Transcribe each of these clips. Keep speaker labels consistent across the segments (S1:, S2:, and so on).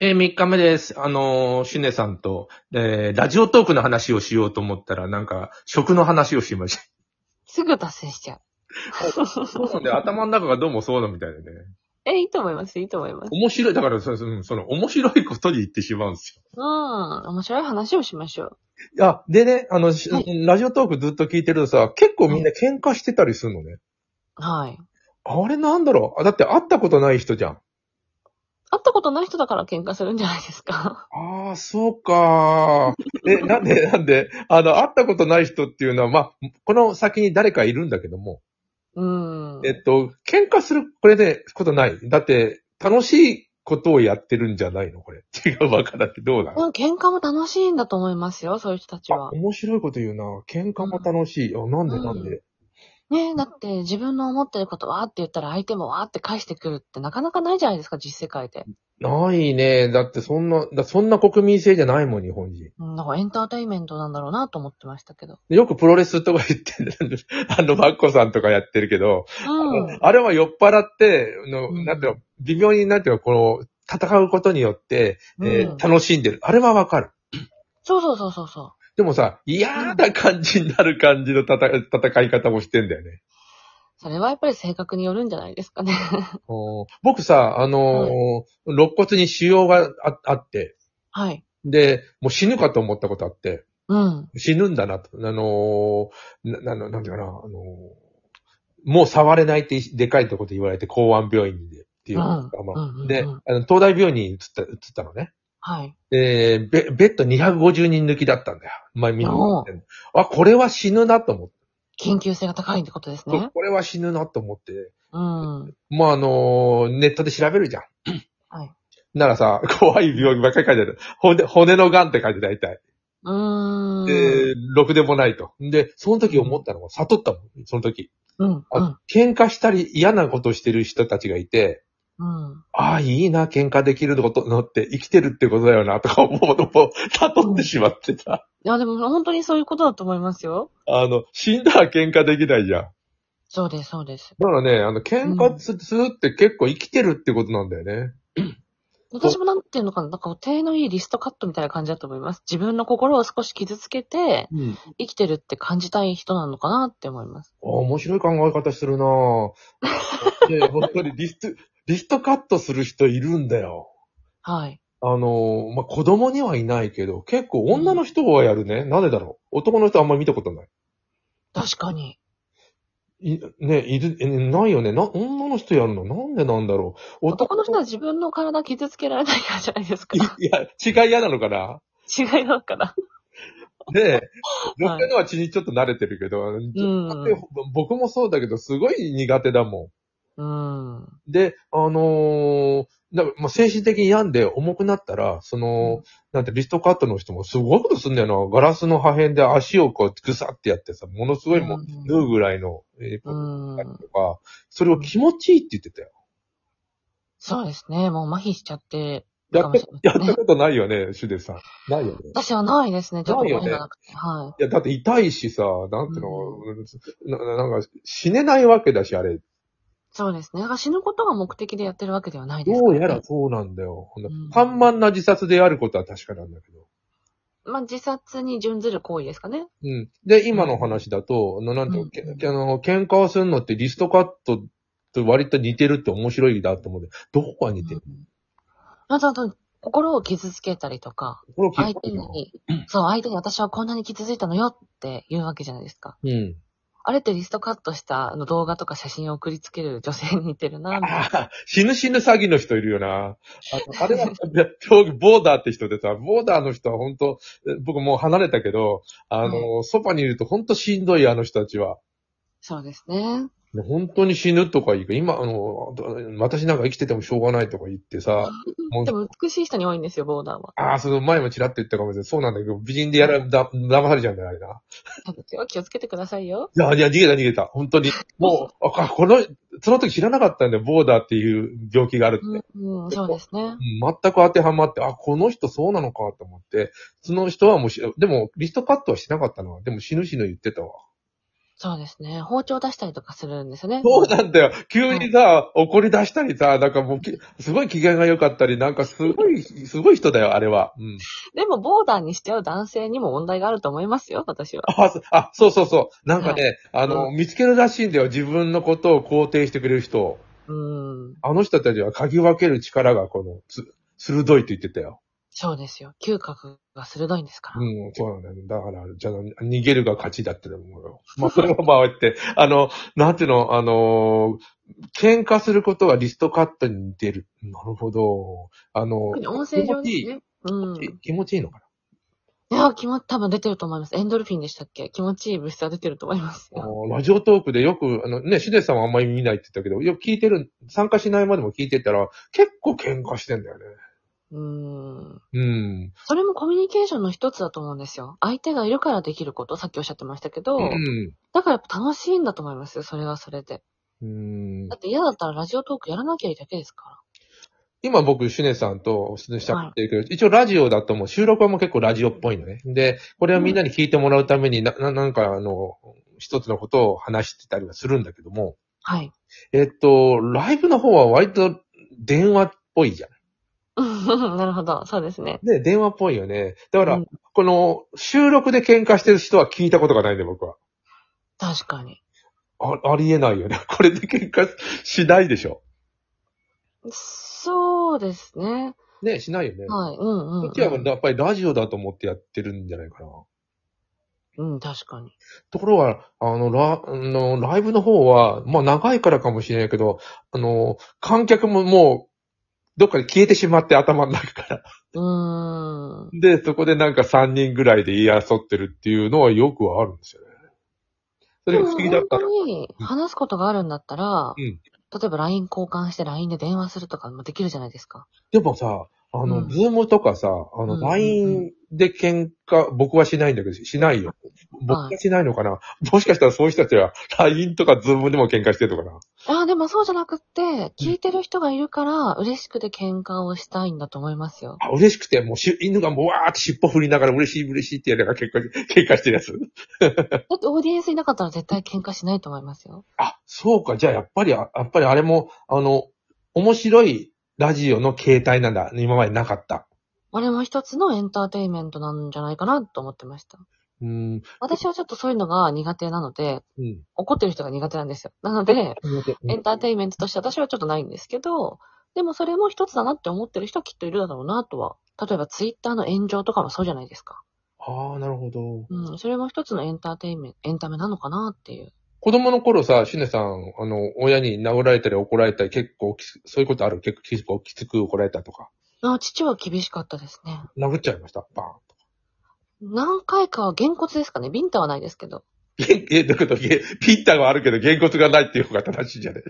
S1: えー、3日目です。あのー、シュネさんと、えー、ラジオトークの話をしようと思ったら、なんか、食の話をしまし
S2: すぐ達成しちゃう。
S1: た。 そうなんで、頭の中がどうもそうだみたいでね。
S2: え、いいと思います、いいと思います。
S1: 面白い、だから、そその、その、面白いことに言ってしまうんですよ。
S2: うん、面白い話をしましょう。
S1: いや、でね、あの、し
S2: は
S1: ラジオトークずっと聞いてるとさ、結構みんな喧嘩してたりするのね。
S2: はい。
S1: あれなんだろうあ、だって会ったことない人じゃん。
S2: 会ったことない人だから喧嘩するんじゃないですか。
S1: ああ、そうか。え、なんで、なんで、あの、会ったことない人っていうのは、まあ、この先に誰かいるんだけども、
S2: うん。
S1: えっと、喧嘩する、これで、ことない。だって、楽しいことをやってるんじゃないのこれ。 違うわからんけど、どうな
S2: う
S1: の
S2: ん喧嘩も楽しいんだと思いますよ、そういう人たち
S1: あ
S2: は。
S1: 面白いこと言うな。喧嘩も楽しい。あ、なんで
S2: うん
S1: なんで。
S2: ねだって自分の思ってることわーって言ったら相手もわーって返してくるってなかなかないじゃないですか、実世界で。
S1: ないね。だって、そんな、だそんな国民性じゃないもん、日本人。
S2: うん、だからエンターテインメントなんだろうなと思ってましたけど。
S1: よくプロレスとか言ってる。 あの、バッコさんとかやってるけど、
S2: うん。
S1: あれは酔っ払って、の
S2: うん
S1: なんていうの、微妙になんていうの、この、戦うことによって、えー
S2: うん
S1: 楽しんでる。あれはわかる。
S2: そうそうそうそうそう。
S1: でもさ、嫌な感じになる感じの戦い 戦い方もしてんだよね。
S2: それはやっぱり性格によるんじゃないですかね。
S1: おー僕さ、あのー肋骨に腫瘍がああって、
S2: はい。
S1: で、もう死ぬかと思ったことあって、
S2: うん。
S1: 死ぬんだなと。あのーな、ななんていうかな、あのーもう触れないってでかいとこで言われて、公安病院でっていうのが、まあ
S2: うんうんうんうん
S1: で、あの、東大病院に移った、移ったのね。
S2: はい。
S1: えー、ベベッド250人抜きだったんだよ。まあ、みんな
S2: おう。
S1: あ、これは死ぬなと思って。
S2: 緊急性が高いってことですね。
S1: これは死ぬなと思って。
S2: うん。
S1: まあ、あのーネットで調べるじゃん。
S2: はい。
S1: ならさ、怖い病気ばっかり書いてある。骨、骨の癌って書いて大体。
S2: うーん。
S1: で、ろくでもないと。で、その時思ったのが、悟ったもん、その時。
S2: うん。う
S1: あ
S2: ん。
S1: 喧嘩したり嫌なことしてる人たちがいて、
S2: うん。
S1: ああ、いいな、喧嘩できることのって、生きてるってことだよな、とか思うと、もう悟ってしまってた。
S2: いや、でも本当にそういうことだと思いますよ。
S1: あの、死んだら喧嘩できないじゃん。
S2: そうです、そうです。
S1: だからね、あの、喧嘩すするって結構生きてるってことなんだよね。
S2: 私もなんていうのかな、なんか手のいいリストカットみたいな感じだと思います。自分の心を少し傷つけて、
S1: うん。
S2: 生きてるって感じたい人なのかなって思います。
S1: あ面白い考え方するなぁ。 ね本当にリスト、リストカットする人いるんだよ。
S2: はい。
S1: あのー、まあ、子供にはいないけど、結構女の人はやるね。なぜだろう。男の人あんまり見たことない。
S2: 確かに。
S1: いね、いる、えないよね。な、女の人やるの。なんでなんだろう。
S2: 男の人は自分の体傷つけられないからじゃないですか。
S1: いや、血が嫌なのかな
S2: 違いなのかな。
S1: で、
S2: はい
S1: 僕のは血にちょっと慣れてるけど、
S2: ん
S1: 僕もそうだけど、すごい苦手だもん。
S2: うん。
S1: で、あのーだからまあ、精神的に病んで重くなったら、その、
S2: うん
S1: なんてリストカットの人もすごいことすんだよな。ガラスの破片で足をこう、ぐさってやってさ、ものすごいもう、
S2: うん
S1: 縫うぐらいの、えー
S2: う
S1: ことだった
S2: ん
S1: り。とか、それを気持ちいいって言ってたよ。
S2: そうですね。もう麻痺しちゃってる
S1: や
S2: か
S1: った、
S2: もしれ
S1: や
S2: ない
S1: っ
S2: ね
S1: た。ことないよね、シュデさん。ないよね。
S2: 私はないですね。ちょっと
S1: ないよね
S2: 声がなくて。は
S1: い
S2: い。
S1: や、だって痛いしさ、なんていうの、なななんか、死ねないわけだし、あれ。
S2: そうですね。だから死ぬことが目的でやってるわけではないです
S1: ど
S2: から
S1: う
S2: ね
S1: やらそうなんだよ。ほんで
S2: うん
S1: 緩慢な自殺であることは確かなんだけど。
S2: まあ、自殺に準ずる行為ですかね。
S1: うん。で、今の話だと、あの、なんていうの、
S2: うん
S1: けあの、喧嘩をするのってリストカットと割と似てるって面白いなと思うんで、どこが似てる
S2: あと、あと、心を傷つけたりとか、
S1: これを聞い
S2: 相
S1: た
S2: 手
S1: ことない
S2: に、そう、相手に私はこんなに傷ついたのよって言うわけじゃないですか。
S1: うん。
S2: あれってリストカットしたあの動画とか写真を送りつける女性に似てるな、みたいな
S1: ああ、死ぬ死ぬ詐欺の人いるよな。あのあれは、でボーダーって人でさ、ボーダーの人は本当え僕もう離れたけど、あの、そばにいると本当しんどい、あの人たちは。
S2: そうですね。
S1: ね本当に死ぬとか言うか、今、あの、私なんか生きててもしょうがないとか言ってさ、もう
S2: でも美しい人に多いんですよ、ボーダーは。
S1: ああ、その前もちらっと言ったかもしれない。そうなんだけど、美人でやら、だ、騙されちゃうんだよ、あれな。
S2: そうですよ気をつけてくださいよ。
S1: いや、いや、逃げた、逃げた。本当に。もう、あ、この、その時知らなかったんだよ、ボーダーっていう病気があるって。
S2: う
S1: うん
S2: ん、うんそうですね。
S1: 全く当てはまって、あ、この人そうなのかと思って、その人はもうし、でも、リストカットはしてなかったな。でも、死ぬ死ぬ言ってたわ。
S2: そうですね。包丁出したりとかするんですよね。
S1: そうなんだよ。急にさ、怒り出したりさ、なんかもうき、すごい機嫌が良かったり、なんかすごい、すごい人だよ、あれは。うん。
S2: でも、ボーダーにしちゃう男性にも問題があると思いますよ、私は。
S1: あ、そあそうそうそう。なんかね、あの、見つけるらしいんだよ。自分のことを肯定してくれる人を。
S2: うん。
S1: あの人たちは嗅ぎ分ける力が、この、つ、鋭いって言ってたよ。
S2: そうですよ。嗅覚が鋭いんですから。
S1: うん、そうなんだよ、ね。だから、じゃあ、逃げるが勝ちだってのもよ。まあ、それはまあ、って、 あの、なんていうの、あの喧嘩することがリストカットに出る。なるほど。あの
S2: 特、に音声上ですね。うん。い
S1: 気持ちいいのか
S2: や、気持ち、多分出てると思います。エンドルフィンでしたっけ気持ちいい物質は出てると思います
S1: な、
S2: よ。
S1: あのラジオトークでよく、あのね、シデさんはあんまり見ないって言ったけど、よく聞いてる、参加しないまでも聞いてたら、結構喧嘩してんだよね。
S2: うん。
S1: うん。
S2: それもコミュニケーションの一つだと思うんですよ。相手がいるからできること、さっきおっしゃってましたけど、
S1: うん。
S2: だからやっぱ楽しいんだと思いますよ、それはそれで。
S1: うん
S2: だって嫌だったらラジオトークやらなきゃいいだけですか
S1: 今僕、シュネさんとお伝えしたってるけど、一応ラジオだともう収録はもう結構ラジオっぽいのね。で、これをみんなに聞いてもらうためにな、ななんかあの、一つのことを話してたりはするんだけども、
S2: ら。はい。
S1: えっと、ライブの方は割と電話っぽいじゃん。
S2: なるほど、そうですね。
S1: ね、電話っぽいよね。だから、
S2: うん
S1: この収録で喧嘩してる人は聞いたことがないね、僕は。
S2: 確かに。
S1: あありえないよね。 これで喧嘩しないでしょ。
S2: そうですね。
S1: ね、しないよね。
S2: はい、うんうん、う
S1: こ
S2: ん。
S1: っちはもうやっぱりラジオだと思ってやってるんじゃないかな。
S2: うん、確かに。
S1: ところが、あの、ラ、あの、ライブの方は、まあ長いからかもしれないけど、あの、観客ももう、どっかで消えてしまって頭の中から。
S2: うーん。
S1: で、そこでなんか3人ぐらいで言い争ってるっていうのはよくあるんですよね。それが不思議だった
S2: で
S1: の。
S2: も本当に話すことがあるんだったら、
S1: うん
S2: 例えば LINE 交換して LINE で電話するとかもできるじゃないですか。
S1: でもさ、あ
S2: う
S1: の、
S2: ん
S1: ズームとかさ、あ
S2: う
S1: の、
S2: ん
S1: LINE で喧嘩、僕はしないんだけど、しないよ。僕はしないのかなもしかしたらそういう人たちは LINE とかズームでも喧嘩してるのかな
S2: ああ、でもそうじゃなくって、聞いてる人がいるから、嬉しくて喧嘩をしたいんだと思いますよ。
S1: あ嬉しくて、もうし、犬がもうわーって尻尾振りながら嬉しい嬉しいってやりながら喧嘩、喧嘩してるやつ。
S2: だってオーディエンスいなかったら絶対喧嘩しないと思いますよ。
S1: あ、そうか。じゃあやっぱり、あやっぱりあれも、あの、面白いラジオの形態なんだ。今までなかった。
S2: あれも一つのエンターテインメントなんじゃないかなと思ってました。
S1: うーん。
S2: 私はちょっとそういうのが苦手なので、
S1: うん。
S2: 怒ってる人が苦手なんですよ。なので、エンターテインメントとして私はちょっとないんですけど、でもそれも一つだなって思ってる人はきっといるだろうなとは。例えばツイッターの炎上とかもそうじゃないですか。
S1: ああ、なるほど。
S2: うん、それも一つのエンターテインメント、エンタメなのかなっていう。
S1: 子供の頃さ、シネさん、あの、親に殴られたり怒られたり、結構きつ、そういうことある結構結構きつく怒られたとか。
S2: あ父は厳しかったですね。
S1: 殴っちゃいました。バーンと。
S2: 何回かはげんこつですかね。ビンタはないですけど。
S1: げえ、だけど、げピッタがあるけど、げんこつがないっていう方が正しいんじゃね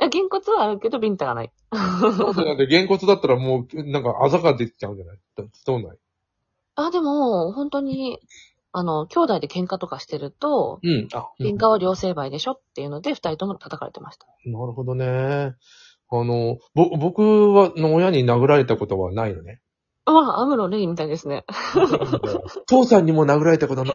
S2: いや、げんこつはあるけど、ビンタがない。
S1: そうなんで、げんこつだったらもう、なんか、あざが出てちゃうんじゃないどそうない
S2: あ、でも、本当に、あの、兄弟で喧嘩とかしてると、
S1: うん。あ、
S2: 喧嘩は両成敗でしょっていうので、二人とも叩かれてました。
S1: なるほどね。あの、ぼ、僕は、の親に殴られたことはないのね。
S2: うわ、アムロレイみたいですね。
S1: 父さんにも殴られたことない。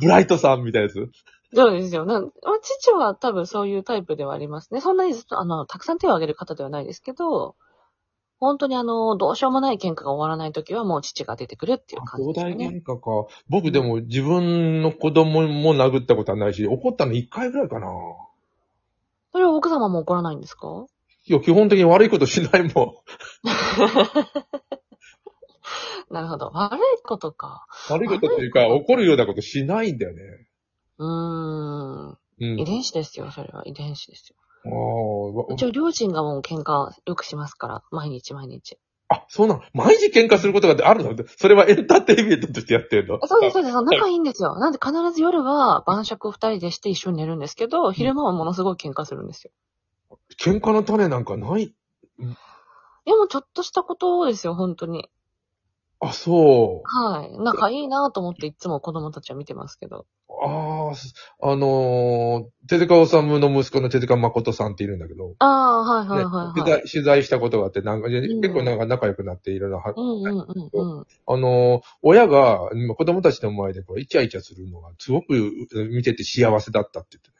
S1: ブライトさんみたいなやつ。
S2: そうですよ。なんまあ父は多分そういうタイプではありますね。そんなにずっと、あの、たくさん手を挙げる方ではないですけど、本当にあの、どうしようもない喧嘩が終わらない時はもう父が出てくるっていう感
S1: 兄
S2: じで
S1: 弟
S2: すね。
S1: 喧嘩か。僕でも自分の子供も殴ったことはないし、怒ったの一回ぐらいかな。
S2: それは奥様も怒らないんですか
S1: いや、基本的に悪いことしない もん。
S2: なるほど。悪いことか。
S1: 悪いことというか、怒るようなことしないんだよね。
S2: うーん。
S1: うん
S2: 遺。伝子ですよ、それは。遺伝子ですよ。
S1: ああ、わ
S2: うちは両親がもう喧嘩よくしますから、毎日毎日。
S1: あ、そうなの毎日喧嘩することがあるのそれはエンターテインメントとしてやってんの
S2: あそうです、そうです。仲いいんですよ。なんで必ず夜は晩酌を二人でして一緒に寝るんですけど、昼間はものすごい喧嘩するんですよ。
S1: 喧嘩の種なんかない。
S2: でもちょっとしたことですよ、本当に。
S1: あ、そ
S2: はい。仲いいなと思っていつも子供たちは見てますけど。
S1: う。ああ、ああ、あのー、手塚治虫の息子の手塚誠さんっているんだけど、
S2: ああ、はいはい
S1: ね
S2: はい
S1: 取
S2: はい。
S1: 材取材したことがあって、なんか、で
S2: ん
S1: 結構なんか仲良くなっていろんなは、
S2: うんうんうんうん。
S1: あのー、親が今子供たちの前でこうイチャイチャするのがすごくうん見てて幸せだったって言ってた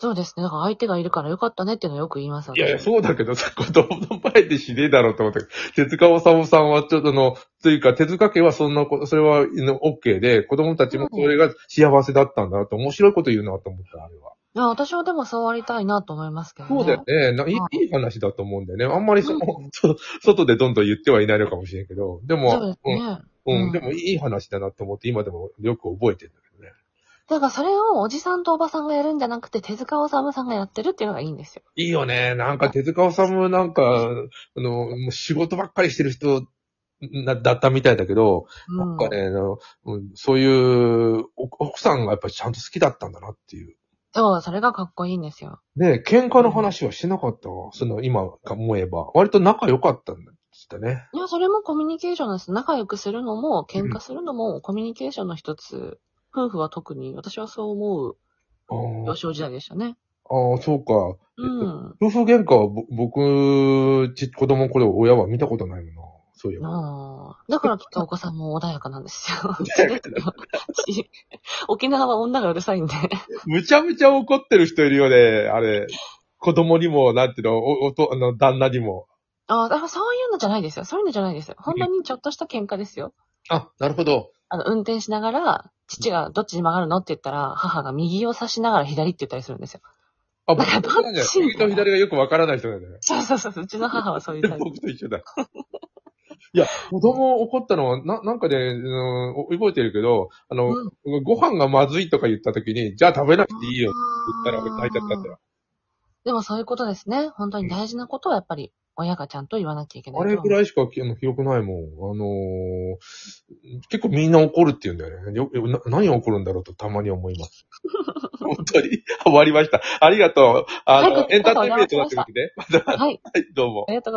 S2: そうですね。だから相手がいるからよかったねっていうのよく言います。
S1: いやいや、そうだけどさ、 子供の前でしねえだろうと思ったけど手塚治虫さんはちょっとあの、というか手塚家はそんなこ、それはの OK で、子供たちもそれが幸せだったんだなと面白いこと言うなと思った、あれは。
S2: いや、私はでも触りたいなと思いますけどね。
S1: そうだよね。ないいいい話だと思うんだよね。あんまりその、そ外でどんどん言ってはいないのかもしれんけど、で
S2: そう
S1: も
S2: で、すね。
S1: うん、
S2: う
S1: うんん、でもいい話だなと思って今でもよく覚えてるんだけどね。
S2: だからそれをおじさんとおばさんがやるんじゃなくて、手塚治虫さんがやってるっていうのがいいんですよ。
S1: いいよね。なんか手塚治虫なんか、あの、もう仕事ばっかりしてる人なだったみたいだけど、
S2: う
S1: なん
S2: ん。
S1: かね、あのうんそういうお奥さんがやっぱりちゃんと好きだったんだなっていう。
S2: そう、それがかっこいいんですよ。
S1: ね喧嘩の話はしなかったわ。その今思えば。割と仲良かったんだってね。
S2: いや、それもコミュニケーションなんです。仲良くするのも、喧嘩するのも、コミュニケーションの一つ。夫婦は特に、私はそう思う
S1: あー
S2: 幼少時代でしたね。
S1: あー、そうか。
S2: うん。
S1: 夫婦喧嘩はぼ僕、ち、子供これ親は見たことないもんな。そういえば。
S2: ああだからきっとお子さんも穏やかなんですよ。ち 沖縄は女がうるさいんで。
S1: むちゃむちゃ怒ってる人いるよね、あれ。子供にも、なんていうの、お、おと、あの、旦那にも。
S2: ああ、だからそういうのじゃないですよ。そういうのじゃないですよ。本当にちょっとした喧嘩ですよ。
S1: あ、なるほど。
S2: あの、運転しながら、父がどっちに曲がるのって言ったら、母が右を指しながら左って言ったりするんですよ。
S1: あ、僕
S2: なんか
S1: そうなんだよ。
S2: どっち
S1: 右と左がよくわからない人なんだよね。
S2: そうそうそうそう。うちの母はそういうタイプ。
S1: 僕と一緒だ。いや、子供怒ったのは、な、なんかね、うん、お覚えてるけど、あの、
S2: う
S1: ご飯がまずいとか言った時に、じゃあ食べなくていいよって言ったら、泣いちゃったんだよ。
S2: でもそういうことですね。本当に大事なことはやっぱり親がちゃんと言わなきゃいけない
S1: あ
S2: と
S1: れ
S2: 思う。
S1: ぐらいしか記あの記憶ないもん。あのー結構みんな怒るって言うんだよね。よよな何が起こるんだろうとたまに思い ます。本当に。終わりました。ありがとう。あ
S2: は
S1: の、
S2: い
S1: エンターテインメントになってくれてね。
S2: はい。
S1: はい、どうも。
S2: ありがとうございます